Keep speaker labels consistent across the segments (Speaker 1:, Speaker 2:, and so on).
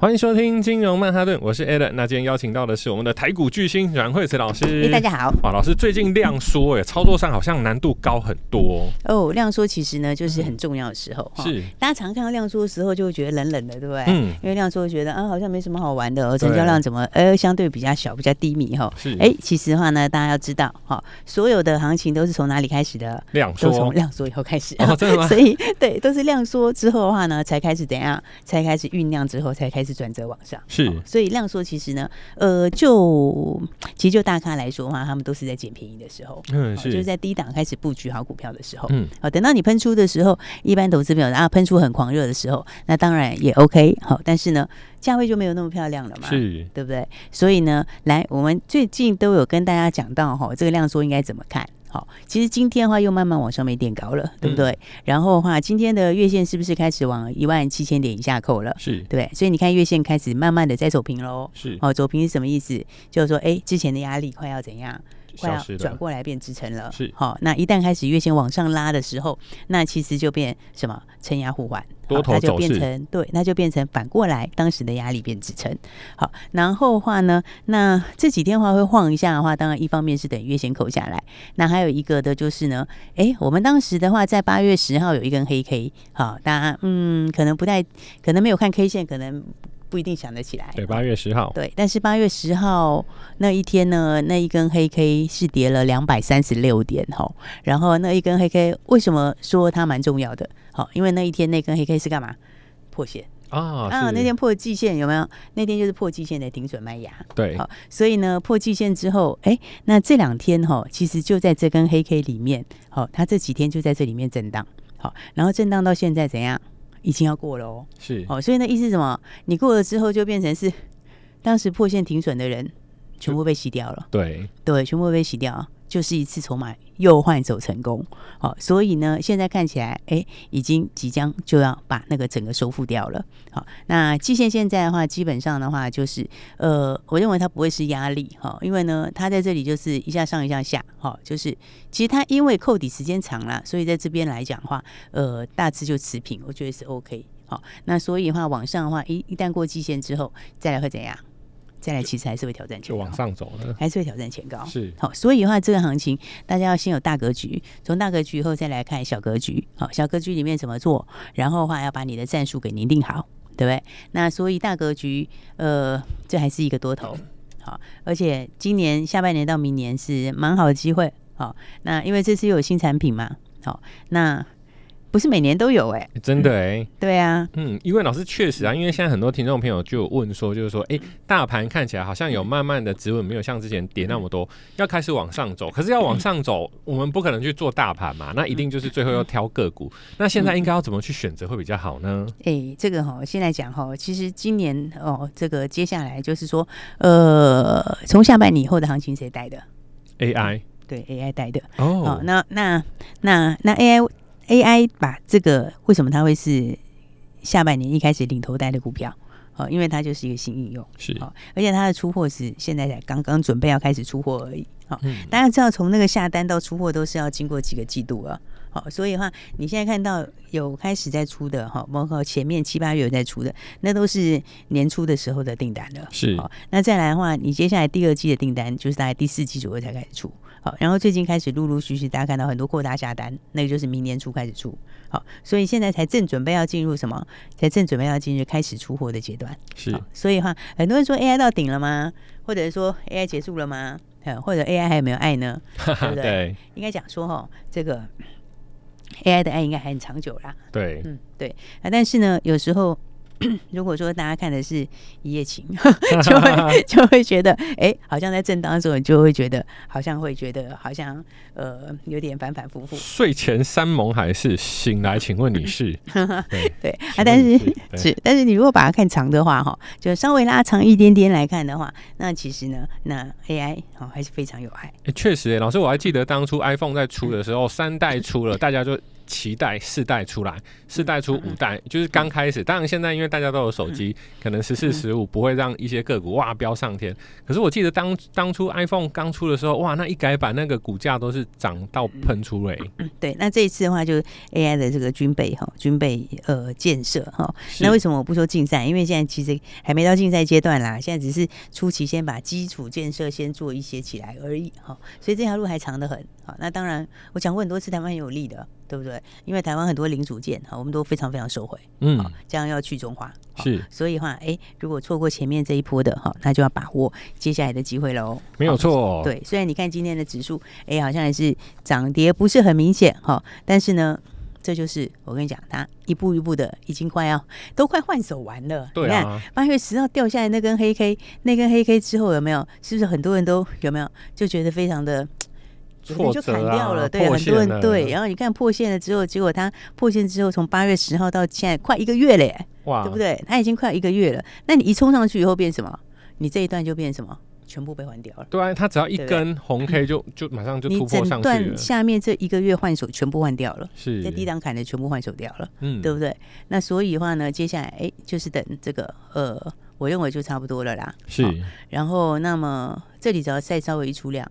Speaker 1: 欢迎收听《金融曼哈顿》，我是 Alan。那今天邀请到的是我们的台股巨星阮惠慈老师。
Speaker 2: 哎，大家好。
Speaker 1: 哇，老师最近量缩，哎，操作上好像难度高很多、哦
Speaker 2: 哦，量缩其实呢，就是很重要的时候哈。
Speaker 1: 是，
Speaker 2: 大家常看到量缩的时候，就会觉得冷冷的，对不对？
Speaker 1: 嗯
Speaker 2: 因为量缩觉得啊，好像没什么好玩的哦，
Speaker 1: 对
Speaker 2: 成交量怎么呃相对比较小，比较低迷哈。
Speaker 1: 是
Speaker 2: 哎，其实的话呢，大家要知道哈，所有的行情都是从哪里开始的？
Speaker 1: 量
Speaker 2: 都从
Speaker 1: 缩，
Speaker 2: 量缩以后开始。
Speaker 1: 哦真的吗
Speaker 2: 所以对，都是量缩之后的话呢，才开始怎样？才开始酝酿之后，才开始转折往上。哦
Speaker 1: 是
Speaker 2: 所以量缩其实呢，呃，就其实就大咖来说的话，他们都是在捡便宜的时候。
Speaker 1: 嗯
Speaker 2: 哦就是
Speaker 1: 是，
Speaker 2: 在低档开始布局好股票的时候，
Speaker 1: 嗯，
Speaker 2: 好、等到你喷出的时候，一般投资朋友啊喷出很狂热的时候，那当然也 OK 好、但是呢，价位就没有那么漂亮了嘛，，
Speaker 1: 是
Speaker 2: 对不对？所以呢，来，我们最近都有跟大家讲到哈、这个量缩应该怎么看。好，其实今天的话又慢慢往上面垫高了，对
Speaker 1: 嗯
Speaker 2: 不对？然后的话，今天的月线是不是开始往一万七千点以下扣了？
Speaker 1: 是
Speaker 2: 对不对，所以你看月线开始慢慢的在走平喽。
Speaker 1: 是，
Speaker 2: 哦，走平是什么意思？就是说，哎，之前的压力快要怎样？快
Speaker 1: 消
Speaker 2: 要
Speaker 1: 失
Speaker 2: 转
Speaker 1: 了，
Speaker 2: 过来变支撑了。
Speaker 1: 是
Speaker 2: 好、那一旦开始月线往上拉的时候，那其实就变什么承压互换，
Speaker 1: 多
Speaker 2: 好
Speaker 1: 头
Speaker 2: 它就
Speaker 1: 走势
Speaker 2: 变成对，那就变成反过来，当时的压力变支撑。好，然后的话呢，那这几天的话会晃一下的话，当然一方面是等月线扣下来，那还有一个的就是呢，哎，我们当时的话在八月十号有一根黑 K，好，大家嗯可能不太，可能没有看 K 线，可能不一定想得起来。
Speaker 1: 对，八月十号，
Speaker 2: 对，但是八月十号那一天呢，那一根黑 K 是跌了两百三十六点吼，然后那一根黑 K 为什么说它蛮重要的？好，因为那一天那根黑 K 是干嘛？破线
Speaker 1: 啊，
Speaker 2: 啊，
Speaker 1: 是
Speaker 2: 那天破季线有没有？那天就是破季线的停损卖压。
Speaker 1: 对
Speaker 2: 好，所以呢，破季线之后，哎、那这两天哈，其实就在这根黑 K 里面，好、它这几天就在这里面震荡，好，然后震荡到现在怎样？已经要过了哦。
Speaker 1: 是
Speaker 2: 哦，所以那意思是什么？你过了之后就变成是当时破线停损的人全部被洗掉了，
Speaker 1: 对
Speaker 2: 对，全部被洗掉，就是一次筹码又换手成功。好、所以呢，现在看起来，哎，已经即将就要把那个整个收复掉了。好、那季线现在的话，基本上的话就是，呃，我认为它不会是压力哈、因为呢，它在这里就是一下上一下下，好、就是其实它因为扣底时间长了，所以在这边来讲的话，呃，大致就持平，我觉得是 OK。好、那所以的话，往上的话，一一旦过季线之后，再来会怎样？再来其实还是会挑战
Speaker 1: 就
Speaker 2: 前高
Speaker 1: 往上走了，
Speaker 2: 还是会挑战前高。
Speaker 1: 是
Speaker 2: 好，所以的话，这个行情大家要先有大格局，从大格局以后再来看小格局。好，小格局里面怎么做，然后的话要把你的战术给拟定好，对不对？那所以大格局，呃，这还是一个多头。好，而且今年下半年到明年是蛮好的机会。好，那因为这次又有新产品嘛，好，那不是每年都有哎、
Speaker 1: 真的哎，
Speaker 2: 对啊，
Speaker 1: 嗯，因为老师确实啊，因为现在很多听众朋友就有问说，就是说，哎、大盘看起来好像有慢慢的止稳，没有像之前跌那么多，要开始往上走。可是要往上走，我们不可能去做大盘嘛，那一定就是最后要挑个股。那现在应该要怎么去选择会比较好呢？
Speaker 2: 哎，这个哈、先来讲哈、其实今年哦，这个接下来就是说，呃，从下半年以后的行情谁带的？
Speaker 1: AI
Speaker 2: 对 AI 带的。哦
Speaker 1: 哦，，
Speaker 2: 那那那那 AI AI 把这个为什么它会是下半年一开始领头带的股票？哦，因为它就是一个新应用，
Speaker 1: 是
Speaker 2: 哦，而且它的出货是现在才刚刚准备要开始出货而已。哦，
Speaker 1: 嗯
Speaker 2: 大家知道从那个下单到出货都是要经过几个季度啊。好、所以的话，你现在看到有开始在出的哈，包括前面七八月有在出的，那都是年初的时候的订单了。
Speaker 1: 是
Speaker 2: 好、那再来的话，你接下来第二季的订单就是大概第四季左右才开始出。好，然后最近开始陆陆续续，大家看到很多扩大下单，那个就是明年初开始出。好，所以现在才正准备要进入什么？才正准备要进入开始出货的阶段。
Speaker 1: 是
Speaker 2: 好，所以的话，很多人说 AI 到顶了吗？或者是说 AI 结束了吗？呃或者 AI 还有没有爱 呢？
Speaker 1: 哈哈
Speaker 2: 对不
Speaker 1: 对
Speaker 2: 对应该讲说哦，这个 AI 的爱应该还很长久啦。
Speaker 1: 对，
Speaker 2: 嗯，对啊，但是呢，有时候 如果说大家看的是一夜情， 就 会就会觉得，哎、好像在震荡的时候，你就会觉得，好像会觉得，好像呃，有点反反复复。
Speaker 1: 睡前三盟还是醒来？请问你是？对
Speaker 2: 对
Speaker 1: 请问
Speaker 2: 啊，但
Speaker 1: 你
Speaker 2: 是
Speaker 1: 对
Speaker 2: 是，但是你如果把它看长的话，哈，就稍微拉长一点点来看的话，那其实呢，那 AI 哦还是非常有爱。
Speaker 1: 欸确、实、欸，老师，我还记得当初 iPhone 在出的时候，三代出了，大家就期待四代出来，四代
Speaker 2: 嗯
Speaker 1: 出五代，就是刚开始。当然，现在因为大家都有手机，
Speaker 2: 嗯
Speaker 1: 可能十四、十五不会让一些个股哇飙上天。可是我记得当当初 iPhone 刚出的时候，哇，那一改版那个股价都是涨到
Speaker 2: 嗯
Speaker 1: 喷出嘞、
Speaker 2: 对，那这一次的话，就是 AI 的这个军备哈，军备呃建设哈。那为什么我不说竞赛？因为现在其实还没到竞赛阶段啦，现在只是初期先把基础建设先做一些起来而已哈。所以这条路还长得很。好，那当然，我讲过很多次，台湾很有利的，对不对？因为台湾很多零组件哈，我们都非常非常受惠，
Speaker 1: 嗯，
Speaker 2: 这样要去中华。好
Speaker 1: 是
Speaker 2: 所以的话，哎、如果错过前面这一波的哈，那就要把握接下来的机会喽。
Speaker 1: 没有错。，
Speaker 2: 对，虽然你看今天的指数，哎、好像也是涨跌不是很明显哈、但是呢，这就是我跟你讲，它一步一步的，已经快要都快换手完了。
Speaker 1: 对
Speaker 2: 你看
Speaker 1: 啊，
Speaker 2: 八月十号掉下来那根黑 K，那根黑 K 之后有没有？是不是很多人都有没有就觉得非常的？有的人
Speaker 1: 挫
Speaker 2: 就砍
Speaker 1: 折啊
Speaker 2: 掉了，对，
Speaker 1: 破
Speaker 2: 很
Speaker 1: 线
Speaker 2: 多人
Speaker 1: 了
Speaker 2: 对，然后你看破线了之后，结果它破线之后，从八月十号到现在快一个月嘞、
Speaker 1: 哇，
Speaker 2: 对不？对？它已经快一个月了，那你一冲上去以后变什么？你这一段就变什么？全部被还掉了。
Speaker 1: 对啊，它只要一
Speaker 2: 对不对
Speaker 1: 根红 K 就就马上就
Speaker 2: 你
Speaker 1: 突破
Speaker 2: 整
Speaker 1: 上去
Speaker 2: 段
Speaker 1: 了，
Speaker 2: 下面这一个月换手全部换掉了，
Speaker 1: 是
Speaker 2: 在低档砍的全部换手掉了，
Speaker 1: 嗯
Speaker 2: 对不对？那所以的话呢，接下来哎、就是等这个呃，我认为就差不多了啦。
Speaker 1: 是
Speaker 2: 好然后那么这里只要再稍微一出量，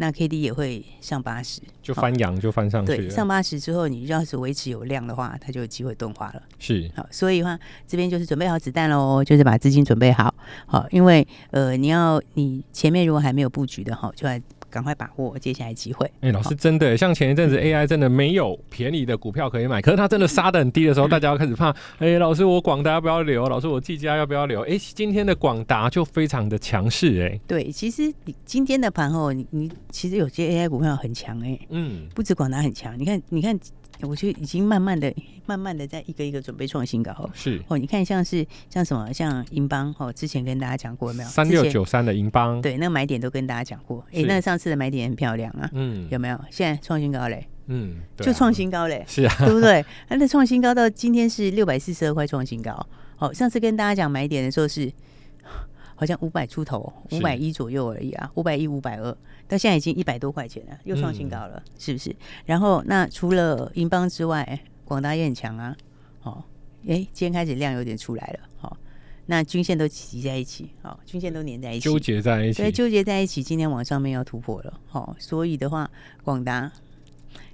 Speaker 2: 那 K D 也会上八十，
Speaker 1: 就
Speaker 2: 好
Speaker 1: 翻扬就翻上去
Speaker 2: 对，
Speaker 1: 了，
Speaker 2: 上八十之后，你要是维持有量的话，它就有机会钝化了。
Speaker 1: 是
Speaker 2: 好，所以的话，这边就是准备好子弹喽，就是把资金准备好。好，因为呃，你要你前面如果还没有布局的哈，就要赶快把握接下来机会。
Speaker 1: 哎、老师真的耶，像前一
Speaker 2: 嗯
Speaker 1: 阵子 AI 真的没有便宜的股票可以买，可是它真的杀的很低的 时候，大家要开始怕。哎、老师我广达要不要留？老师我技嘉要不要留？哎、今天的广达就非常的强势哎，
Speaker 2: 对，其实你今天的盘哦后，你你其实有些 AI 股票很强哎、
Speaker 1: 嗯，
Speaker 2: 不止广达很强，你看，你看，我觉得已经慢慢的、慢慢的在一个一个准备创新高了。
Speaker 1: 是
Speaker 2: 哦，你看像是像什么，像银邦哦，之前跟大家讲过有没有？
Speaker 1: 三
Speaker 2: 之
Speaker 1: 六
Speaker 2: 前，
Speaker 1: 九三的银邦，
Speaker 2: 对，那个买点都跟大家讲过。哎、
Speaker 1: 是
Speaker 2: 那上次的买点很漂亮啊，
Speaker 1: 嗯
Speaker 2: 有没有？现在创新高嘞，
Speaker 1: 嗯，对啊
Speaker 2: 就创新高嘞，
Speaker 1: 是啊，
Speaker 2: 对不对？它的创新高到今天是六百四十二块创新高。好、上次跟大家讲买点的时候是好像五百出头，
Speaker 1: 是
Speaker 2: 五百一左右而已啊，五百一、五百二，到现在已经一百多块钱了，又创
Speaker 1: 嗯
Speaker 2: 新高了，是不是？然后那除了银邦之外，广达也很强啊。哦，哎，今天开始量有点出来了，好、那均线都挤在一起，好、均线都粘在一起
Speaker 1: 纠，结在一起
Speaker 2: 所以，纠结在一起，今天往上面要突破了，好、所以的话，广达，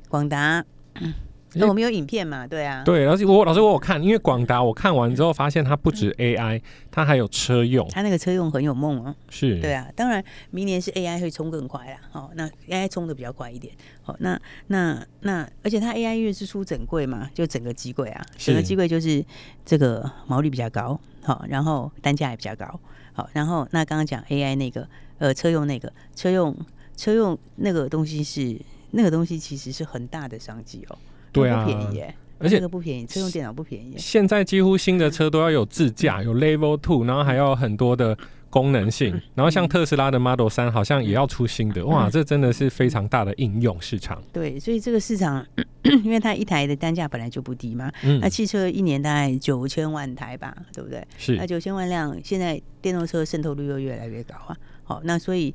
Speaker 2: 广达，那、
Speaker 1: 诶
Speaker 2: 我们有影片嘛？对啊，
Speaker 1: 对，老师我老师我有看，因为广达我看完之后发现它不止 AI，它还有车用，
Speaker 2: 他那个车用很有梦啊，
Speaker 1: 是
Speaker 2: 对啊，当然明年是 AI 会冲更快啦，哦，那 AI 冲的比较快一点，哦，那那那，而且它 AI 因为是出整柜嘛，就整个机柜啊，整个
Speaker 1: 是
Speaker 2: 机柜就是这个毛利比较高，好、然后单价也比较高，好、然后那刚刚讲 AI 那个呃车用那个车用车用那个东西是那个东西其实是很大的商机哦，
Speaker 1: 对
Speaker 2: 那
Speaker 1: 啊
Speaker 2: 不便宜耶，
Speaker 1: 而且
Speaker 2: 那个不便宜，车用电脑不便宜耶，
Speaker 1: 现在几乎新的车都要有自驾，
Speaker 2: 嗯
Speaker 1: 有 Level Two，然后还要很多的功能性。然后像特斯拉的 Model 三好像也要出新的，
Speaker 2: 嗯
Speaker 1: 哇，这真的是非常大的应用市场。
Speaker 2: 对，所以这个市场 因为它一台的单价本来就不低嘛，
Speaker 1: 嗯
Speaker 2: 那，汽车一年大概九千万台吧，对不对？那
Speaker 1: 是
Speaker 2: 九千万辆，现在电动车渗透率又越来越高啊。好，那所以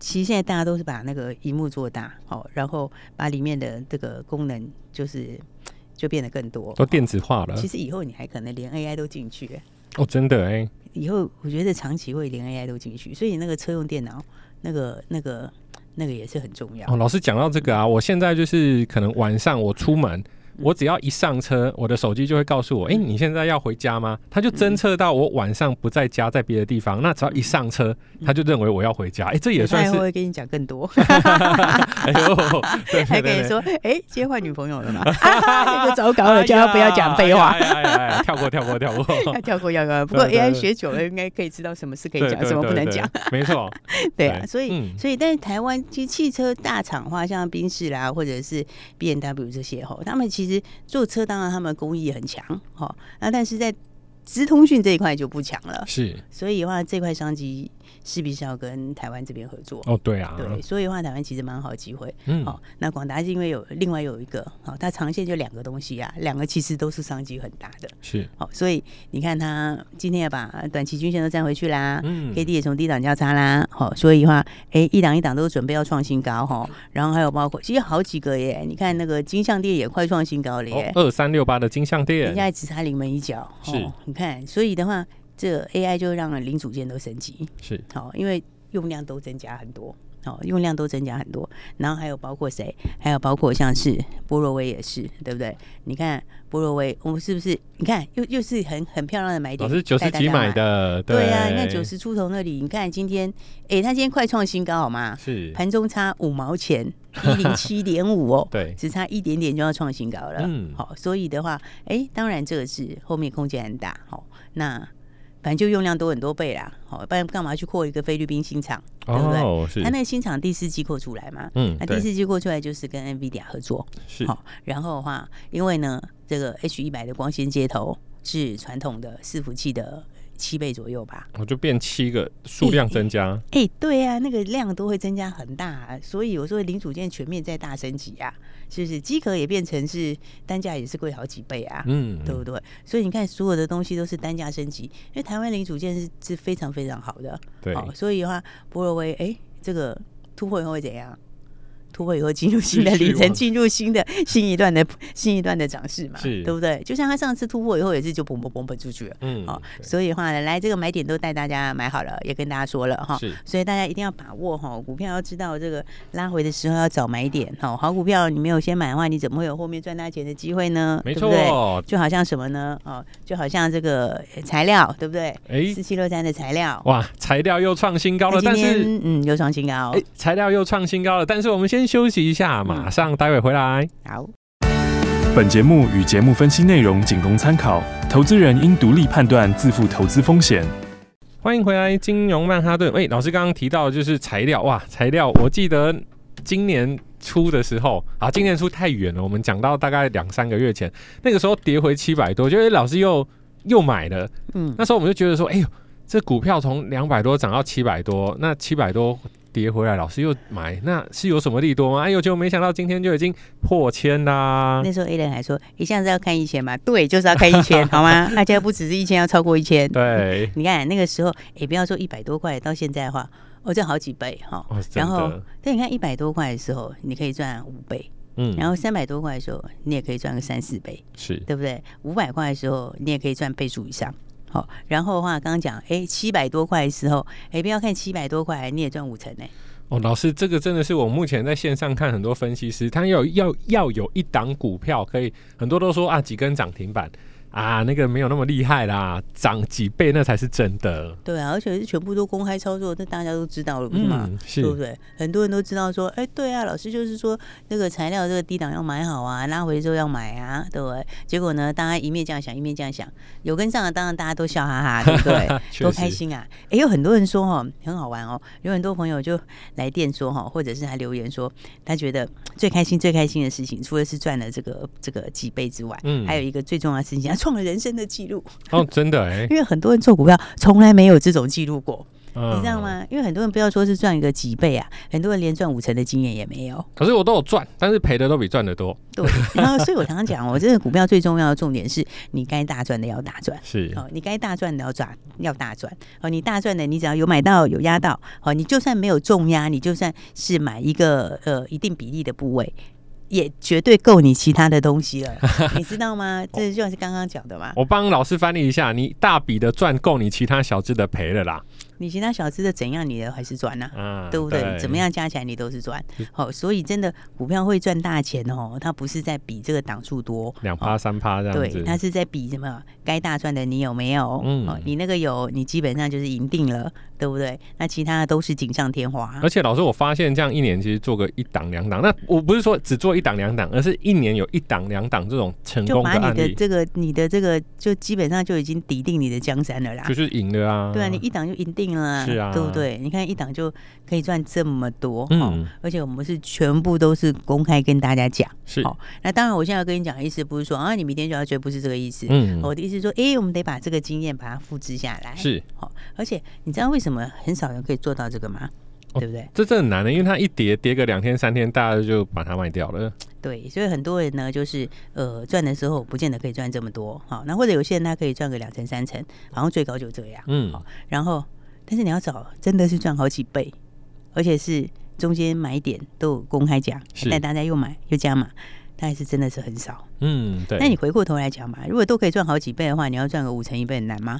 Speaker 2: 其实现在大家都是把那个荧幕做大，好，然后把里面的这个功能就是就变得更多。
Speaker 1: 都电子化了
Speaker 2: 其实以后你还可能连 AI 都进去，
Speaker 1: 哦，真的哎、
Speaker 2: 以后我觉得长期会连 AI 都进去，所以那个车用电脑那个那个那个也是很重要。
Speaker 1: 哦，老师讲到这个啊，我现在就是可能晚上我出门。
Speaker 2: 嗯
Speaker 1: 我只要一上车，我的手机就会告诉我：“哎、你现在要回家吗？”
Speaker 2: 嗯
Speaker 1: 它就侦测到我晚上不在家，在别的地方。那只要一上车，它就认为我要回家。哎、这也算
Speaker 2: 他
Speaker 1: 是
Speaker 2: 还嗯会跟你讲更多。
Speaker 1: 哎呦，对
Speaker 2: 还
Speaker 1: 对对
Speaker 2: 跟
Speaker 1: 对
Speaker 2: 你说，哎、今天换女朋友 了嘛？啊，那个糟糕了，叫他不要讲废话
Speaker 1: 哎。呀哎呀哎呀跳过跳过跳过，
Speaker 2: 要跳过要过，不过
Speaker 1: 对对
Speaker 2: AI
Speaker 1: 对
Speaker 2: 学久了，应该可以知道什么是 可以
Speaker 1: 对
Speaker 2: 讲，什么不能讲，，
Speaker 1: 对对对没错，
Speaker 2: 对啊。所以，
Speaker 1: 嗯
Speaker 2: 所以，但是台湾其实汽车大厂的话，像宾士啦，或者是 B N W 这些吼，他们其实做车，当然他们工艺很强，哈，那但是在直通讯这一块就不强了，
Speaker 1: 是
Speaker 2: 所以的话这块商机势必是要跟台湾这边合作。
Speaker 1: 哦，对啊，
Speaker 2: 对，所以的话台湾其实蛮好的机会。
Speaker 1: 嗯，
Speaker 2: 好、那广达是因为有另外有一个，好、它长线就两个东西啊，两个其实都是商机很大的。
Speaker 1: 是，
Speaker 2: 好、所以你看它今天也把短期均线都站回去啦、
Speaker 1: 嗯
Speaker 2: k D 也从低档交叉啦，好、所以的话，哎，一档一档都准备要创新高哈、然后还有包括其实好几个耶，你看那个金项店也快创新高了耶，
Speaker 1: 哦二三六八的金项
Speaker 2: 人
Speaker 1: 店
Speaker 2: 家，也只差临门一脚，哦
Speaker 1: 是
Speaker 2: 你看，所以的话，这 AI 就让零组件都升级，
Speaker 1: 是
Speaker 2: 好、因为用量都增加很多，好、用量都增加很多，然后还有包括谁，还有包括像是波若威也是，对不对？你看波若威，我们是不是？你看又又是很很漂亮的买
Speaker 1: 老
Speaker 2: 点，
Speaker 1: 师九十
Speaker 2: 带大
Speaker 1: 几
Speaker 2: 家
Speaker 1: 买，的，
Speaker 2: 对呀、啊，你看九十出头那里，你看今天，哎，它今天快创新高好吗？
Speaker 1: 是，，
Speaker 2: 盘中差五毛钱，一零七点五哦
Speaker 1: 对
Speaker 2: 只差一点点就要创新高了。
Speaker 1: 嗯
Speaker 2: 好，所以的话，哎、当然这个是后面空间很大，好、那反正就用量多很多倍啦，好、不然干嘛去扩一个菲律宾新厂？对不对？
Speaker 1: 哦，是
Speaker 2: 它、，那个新厂第四季扩出来嘛，
Speaker 1: 嗯，
Speaker 2: 那、
Speaker 1: 对
Speaker 2: 第，四季扩出来就是跟 NVIDIA 合作，
Speaker 1: 是
Speaker 2: 好、然后的话，因为呢，这个 H 一百的光纤接头是传统的伺服器的七倍左右吧，
Speaker 1: 我就变七个，数量增加，
Speaker 2: 哎、对啊，那个量都会增加很大、啊，所以我说零组件全面在大升级啊，是不是？机壳也变成是单价也是贵好几倍啊，
Speaker 1: 嗯，
Speaker 2: 对不对？所以你看，所有的东西都是单价升级，因为台湾零组件是是非常非常好的，
Speaker 1: 对，
Speaker 2: 好、所以的话，波罗威，哎、这个突破以后会怎样？突破以后进入新的
Speaker 1: 继续
Speaker 2: 里程，
Speaker 1: 往
Speaker 2: 进入新的新一段的新一段的涨势嘛，
Speaker 1: 是
Speaker 2: 对不对？就像他上次突破以后也是就砰砰砰砰出去了。
Speaker 1: 嗯
Speaker 2: 哦，
Speaker 1: 对
Speaker 2: 所以的话呢，来这个买点都带大家买好了，也跟大家说了哈
Speaker 1: 是，
Speaker 2: 所以大家一定要把握哈，股票要知道这个拉回的时候要找买点哈，好股票你没有先买的话，你怎么会有后面赚大钱的机会呢？
Speaker 1: 没
Speaker 2: 对不对
Speaker 1: 错，
Speaker 2: 就好像什么呢？哦，就好像这个呃材料，对不对？
Speaker 1: 哎
Speaker 2: 四，七六三的材料，
Speaker 1: 哇，材料又创新高
Speaker 2: 那
Speaker 1: 了，
Speaker 2: 今
Speaker 1: 但是
Speaker 2: 天嗯又创新高
Speaker 1: 哎，，材料又创新高了，但是我们先休息一
Speaker 2: 嗯
Speaker 1: 下，马上待会回来。
Speaker 2: 好。
Speaker 3: 本节目与节目分析内容仅供参考，投资人应独立判断，自负投资风险。
Speaker 1: 欢迎回来，金融曼哈顿。哎、老师刚刚提到就是材料，哇，材料，我记得今年初的时候啊，今年初太远了，我们讲到大概两三个月前，那个时候跌回七百多，就哎、老师又又买了，
Speaker 2: 嗯，
Speaker 1: 那时候我们就觉得说，哎呦，这股票从两百多涨到七百多，那七百多跌回来，老师又买，那是有什么利多吗？哎呦，就没想到今天就已经破千啦。
Speaker 2: 那时候 A 人还说，一下子要看一千嘛，对，就是要看一 千，好吗？而且不只是一千，要超过一千。
Speaker 1: 对，
Speaker 2: 你看那个时候，也、不要说一百多块，到现在的话，哦，这好几倍哈、
Speaker 1: 哦，真
Speaker 2: 然后
Speaker 1: 的，，
Speaker 2: 但你看一百多块的时候，你可以赚五倍；
Speaker 1: 嗯，
Speaker 2: 然后三百多块的时候，你也可以赚个三四倍，
Speaker 1: 是
Speaker 2: 对不对？五百块的时候，你也可以赚倍数以上。好、然后的话，刚刚讲，哎，七百多块的时候，哎，不要看七百多块，你也赚五成呢、
Speaker 1: 哦，老师，这个真的是我目前在线上看很多分析师，他要要要有一档股票可以，很多都说啊几根涨停板啊，那个没有那么厉害啦，涨几倍那才是真的。
Speaker 2: 对啊，而且是全部都公开操作，那大家都知道了，不是吗？
Speaker 1: 嗯是
Speaker 2: 对不对？很多人都知道说，哎，对啊，老师就是说那个材料这个低档要买好啊，拉回之后要买啊，对不对？结果呢，大家一面这样想，一面这样想，有跟上的当然大家都笑哈
Speaker 1: ？
Speaker 2: 哈，对不对
Speaker 1: 确
Speaker 2: 多
Speaker 1: 实
Speaker 2: 开心啊！哎，有很多人说哦，很好玩哦，有很多朋友就来电说哈、哦，或者是他留言说，他觉得最开心、最开心的事情，除了是赚了这个这个几倍之外，
Speaker 1: 嗯
Speaker 2: 还有一个最重要的事情，他创了人生的记录，
Speaker 1: 哦，真的 哎、
Speaker 2: 因为很多人做股票从来没有这种记录过。
Speaker 1: 嗯
Speaker 2: 你知道？吗？因为很多人不要说是赚一个几倍啊，很多人连赚五成的经验也没有。
Speaker 1: 可是我都有赚，但是赔的都比赚的多。
Speaker 2: 对，然后所以我常常讲哦，我这个股票最重要的重点是你该大赚的要大赚。
Speaker 1: 是
Speaker 2: 哦，你该大赚的要赚，要大赚。哦，你大赚的，你只要有买到有压到，哦，你就算没有重压，你就算是买一个呃一定比例的部位，也绝对够你其他的东西了，你知道吗？这就像是刚刚讲的嘛，
Speaker 1: 我帮老师翻译一下，你大笔的赚够你其他小只的赔了啦。
Speaker 2: 你其他小资的怎样，你的还是赚呢、
Speaker 1: 啊，
Speaker 2: 对不对？怎么？样加起来你都是赚，
Speaker 1: 嗯
Speaker 2: 好、所以真的股票会赚大钱哦，它不是在比这个档数多，
Speaker 1: 两趴三趴这样
Speaker 2: 对，
Speaker 1: 子。
Speaker 2: 它是在比什么？该大赚的你有没有？
Speaker 1: 嗯
Speaker 2: 哦，你那个有，你基本上就是赢定了，对不对？那其他的都是锦上添花
Speaker 1: 而。且老师，我发现这样一年其实做个一档两档，那我不是说只做一档两档，而是一年有一档两档这种成
Speaker 2: 就
Speaker 1: 功的
Speaker 2: 把你
Speaker 1: 案
Speaker 2: 的
Speaker 1: 例，
Speaker 2: 这个、你的这个，就基本上就已经抵定你的江山了啦
Speaker 1: 就。是赢了啊。
Speaker 2: 对啊，你一档就赢定定了，
Speaker 1: 是啊
Speaker 2: 对不对？你看一档就可以赚这么多，
Speaker 1: 嗯
Speaker 2: 哦，而且我们是全部都是公开跟大家讲。
Speaker 1: 是，
Speaker 2: 好那当然，我现在要跟你讲的意思不是说啊，你明天就要追，不是这个意思。
Speaker 1: 嗯，
Speaker 2: 哦我的意思是说，诶，我们得把这个经验把它复制下来。，
Speaker 1: 是，
Speaker 2: 好、而且你知道为什么很少人可以做到这个吗？
Speaker 1: 哦
Speaker 2: 对不对？
Speaker 1: 这真的很难的，因为它一跌跌个两天三天，大家就把它卖掉了。
Speaker 2: 对，所以很多人呢，就是呃赚的时候不见得可以赚这么多，好、那或者有些人他可以赚个两成三成，好像最高就这样，
Speaker 1: 嗯，
Speaker 2: 然后但是你要找真的是赚好几倍，而且是中间买点都有公开讲
Speaker 1: 是，
Speaker 2: 但大家又买又加码，那还是真的是很少。
Speaker 1: 嗯，对。
Speaker 2: 那你回过头来讲嘛，如果都可以赚好几倍的话，你要赚个五成一倍很难吗？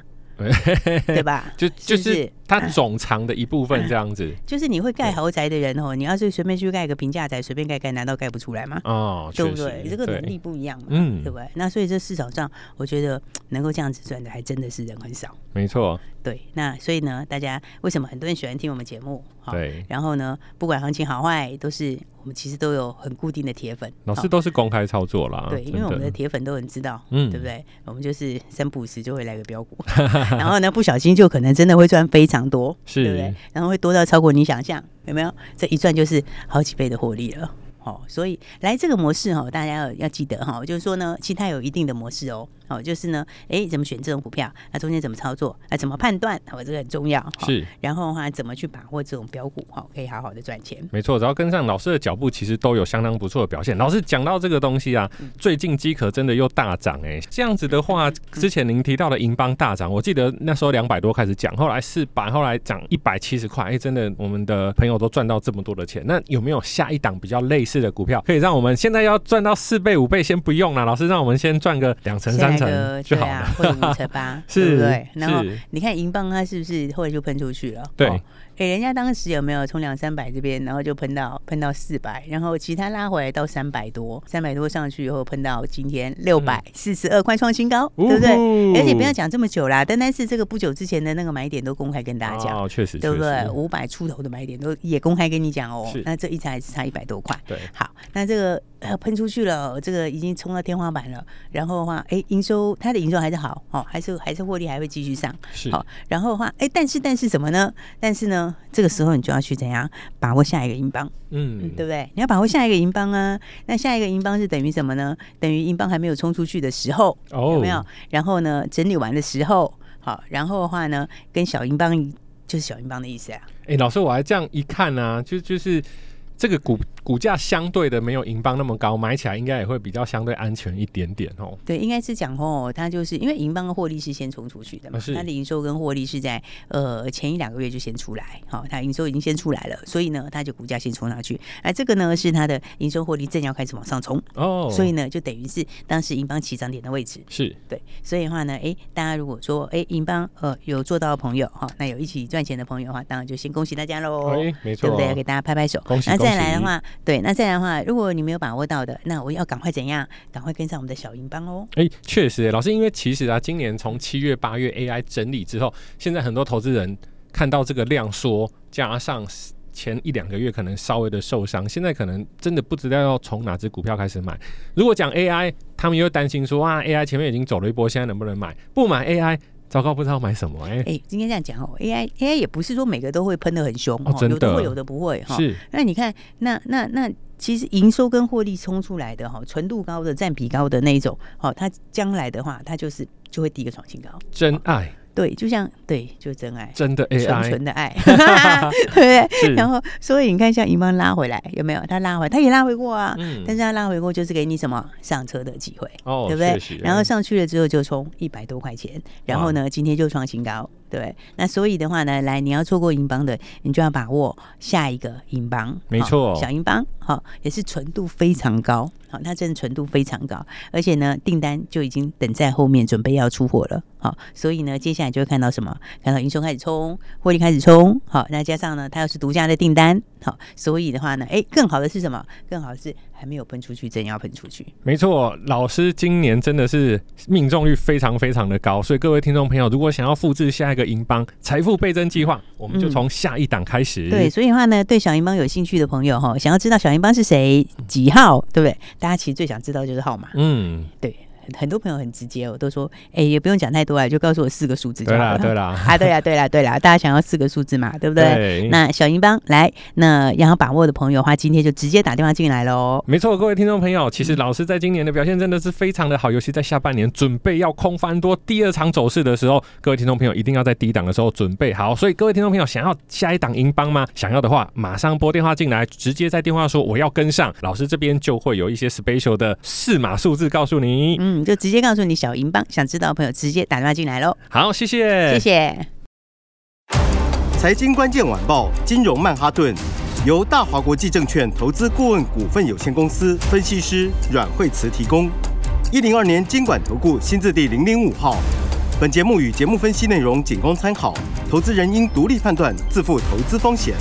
Speaker 2: 对吧？
Speaker 1: 就就是
Speaker 2: 不
Speaker 1: 是
Speaker 2: 是
Speaker 1: 它总长的一部分这样子
Speaker 2: 就是你会盖
Speaker 1: 对
Speaker 2: 豪宅的人哦，你要是随便去盖个平价宅，随便盖盖，难道盖不出来吗？
Speaker 1: 哦，
Speaker 2: 嗯对不
Speaker 1: 确实
Speaker 2: 对？这个能力不一样嘛，
Speaker 1: 嗯
Speaker 2: 对不对？那所以这市场上，我觉得能够这样子赚的，还真的是人很少。
Speaker 1: 没错，
Speaker 2: 对，那所以呢，大家为什么很多人喜欢听我们节目？好，
Speaker 1: 对，
Speaker 2: 然后呢，不管行情好坏，都是我们其实都有很固定的铁粉。
Speaker 1: 老师
Speaker 2: 好
Speaker 1: 都是公开操作啦，
Speaker 2: 对，
Speaker 1: 啊
Speaker 2: 因
Speaker 1: 真
Speaker 2: 为我们的
Speaker 1: 的
Speaker 2: 铁粉都很知道，
Speaker 1: 嗯
Speaker 2: 对不对？我们就是三不五时就会来个标股， 然后呢，不小心就可能真的会赚非常多，
Speaker 1: 是
Speaker 2: 对不对？然后会多到超过你想象，有没有？这一赚就是好几倍的获利了。哦，所以来这个模式哈、哦，大家要要记得哈、哦，就是说呢，其实它有一定的模式哦，哦，就是呢，哎，怎么选这种股票，那、中间怎么操作，啊，怎么判断，哦，这个很重要。哦、
Speaker 1: 是
Speaker 2: 然后的话，怎么去把握这种标股，哈、哦，可以好好的赚钱。
Speaker 1: 没错，只要跟上老师的脚步，其实都有相当不错的表现。老师讲到这个东西啊，
Speaker 2: 嗯
Speaker 1: 最近机壳真的又大涨哎、这样子的话，之前您提到的银邦大涨，我记得那时候两百多开始讲，后来四百，后来涨一百七十块，哎、真的我们的朋友都赚到这么多的钱。那有没有下一档比较类似的股票，可以让我们现在要赚到四倍五倍先不用啦？老师让我们先赚个两成
Speaker 2: 现在
Speaker 1: 三
Speaker 2: 的
Speaker 1: 成就
Speaker 2: 对
Speaker 1: 好了。
Speaker 2: 啊，或者五成 八，
Speaker 1: 是
Speaker 2: 对不对？然后
Speaker 1: 是
Speaker 2: 你看银棒它是不是后来就喷出去了？
Speaker 1: 对
Speaker 2: 哎、诶人家当时有没有从两三百这边，然后就喷到喷到四百，然后其他拉回来到三百多，三百多上去以后喷到今天六百四十二，快创新高，对不对？
Speaker 1: 嗯呜呼
Speaker 2: 而且不要讲这么久啦，单单是这个不久之前的那个买点都公开跟大家讲，
Speaker 1: 哦，确实，
Speaker 2: 对不
Speaker 1: 确实
Speaker 2: 对？五百出头的买点都也公开跟你讲哦
Speaker 1: 是，
Speaker 2: 那这一才只差一百多块。
Speaker 1: 对，
Speaker 2: 好，那这个呃喷出去了，这个已经冲到天花板了。然后的话，哎，营收它的营收还是好哦，还是还是获利还会继续上。
Speaker 1: 是
Speaker 2: 好，然后的话，哎，但是但是什么呢？但是呢，这个时候你就要去怎样把握下一个银邦，嗯
Speaker 1: 嗯，
Speaker 2: 对不对？你要把握下一个银邦啊。那下一个银邦是等于什么呢？等于银邦还没有冲出去的时候，
Speaker 1: 哦，
Speaker 2: 有没有？然后呢，整理完的时候，好，然后的话呢，跟小银邦一就是小银邦的意思啊。
Speaker 1: 哎、老师，我还这样一看呢、啊，就就是这个股股价相对的没有银邦那么高，买起来应该也会比较相对安全一点点哦。
Speaker 2: 对，应该是讲哦，它就是因为银邦的获利是先冲出去的嘛
Speaker 1: 啊，是
Speaker 2: 它的营收跟获利是在呃前一两个月就先出来，好、它营收已经先出来了，所以呢，它就股价先冲上去，而这个呢是它的营收获利正要开始往上冲，
Speaker 1: 哦，
Speaker 2: 所以呢就等于是当时银邦起涨点的位置，
Speaker 1: 是
Speaker 2: 对，所以的话呢，诶，大家如果说诶银邦呃有做到的朋友哈、那有一起赚钱的朋友的话，当然就先恭喜大家喽。
Speaker 1: 哎、没错
Speaker 2: 对
Speaker 1: 哦，
Speaker 2: 不对？要给大家拍拍手。
Speaker 1: 恭喜
Speaker 2: 那
Speaker 1: 恭
Speaker 2: 再来
Speaker 1: 喜
Speaker 2: 的话，对，那再来的话，如果你没有把握到的，那我要赶快怎样？赶快跟上我们的小银帮哦。
Speaker 1: 哎，确实耶，老师，因为其实啊，今年从七月、八月 AI 整理之后，现在很多投资人看到这个量缩，加上前一两个月可能稍微的受伤，现在可能真的不知道要从哪只股票开始买。如果讲 AI，他们又担心说啊，AI 前面已经走了一波，现在能不能买？不买 AI，糟糕，不知道买什么 哎、
Speaker 2: 哎，今天这样讲哦，AI AI 也不是说每个都会喷得很凶
Speaker 1: 哦真的
Speaker 2: 有的会，有的不会哈。
Speaker 1: 是
Speaker 2: 那你看，那那那其实营收跟获利冲出来的哈，纯度高的、占比高的那一种，好，它将来的话，它就是就会第一个创新高。
Speaker 1: 真爱，
Speaker 2: 对，就像对，就是真爱。
Speaker 1: 真的
Speaker 2: 纯
Speaker 1: AI，
Speaker 2: 纯的 爱，对不对？
Speaker 1: 是
Speaker 2: 然后，所以你看，像银邦拉回来有没有？它拉回，它也拉回过啊。
Speaker 1: 嗯
Speaker 2: 但是它拉回过，就是给你什么上车的机会，
Speaker 1: 哦
Speaker 2: 对不对
Speaker 1: 确实？
Speaker 2: 然后上去了之后就冲一百多块钱，然后呢，今天就创新高，对不对。那所以的话呢，来你要错过银邦的，你就要把握下一个银邦，
Speaker 1: 没
Speaker 2: 好
Speaker 1: 错
Speaker 2: 小银邦好、也是纯度非常高，好、它真的纯度非常高，而且呢，订单就已经等在后面，准备要出货了，好、所以呢，接下来就会看到什么？看到营收开始冲，获利开始冲，好、那加上呢，它又是独家的订单，好、所以的话呢，哎，更好的是什么？更好的是还没有喷出去，正要喷出去，
Speaker 1: 没错，老师今年真的是命中率非常非常的高，所以各位听众朋友，如果想要复制下一个银邦财富倍增计划，我们就从下一档开始。
Speaker 2: 对，，所以的话呢，对小银帮有兴趣的朋友哈，想要知道小银帮是谁、几号，对不对？大家其实最想知道就是号码，
Speaker 1: 嗯，
Speaker 2: 对，很很多朋友很直接哦，都说哎也不用讲太多啊，就告诉我四个数字就
Speaker 1: 对
Speaker 2: 好
Speaker 1: 啦
Speaker 2: 了。
Speaker 1: 对啦，
Speaker 2: 啊，对啦，对啦，对啦，大家想要四个数字嘛，对不对？
Speaker 1: 对
Speaker 2: 那小银帮来，那想要把握的朋友的话，今天就直接打电话进来喽。
Speaker 1: 没错，各位听众朋友，其实老师在今年的表现真的是非常的好，尤其在下半年准备要空翻多第二场走势的时候，各位听众朋友一定要在低档的时候准备好。所以各位听众朋友，想要下一档银邦吗？想要的话，马上拨电话进来，直接在电话说我要跟上，老师这边就会有一些 special 的试码数字告诉你。
Speaker 2: 嗯，就直接告诉你小银帮，想知道的朋友直接打电话进来喽。
Speaker 1: 好，谢谢，
Speaker 2: 谢谢。
Speaker 4: 财经关键晚报，金融曼哈顿，由大华国际证券投资顾问股份有限公司分析师阮惠慈提供。一零二年经管投顾新字第零零五号。本节目与节目分析内容仅供参考，投资人应独立判断，自负投资风险。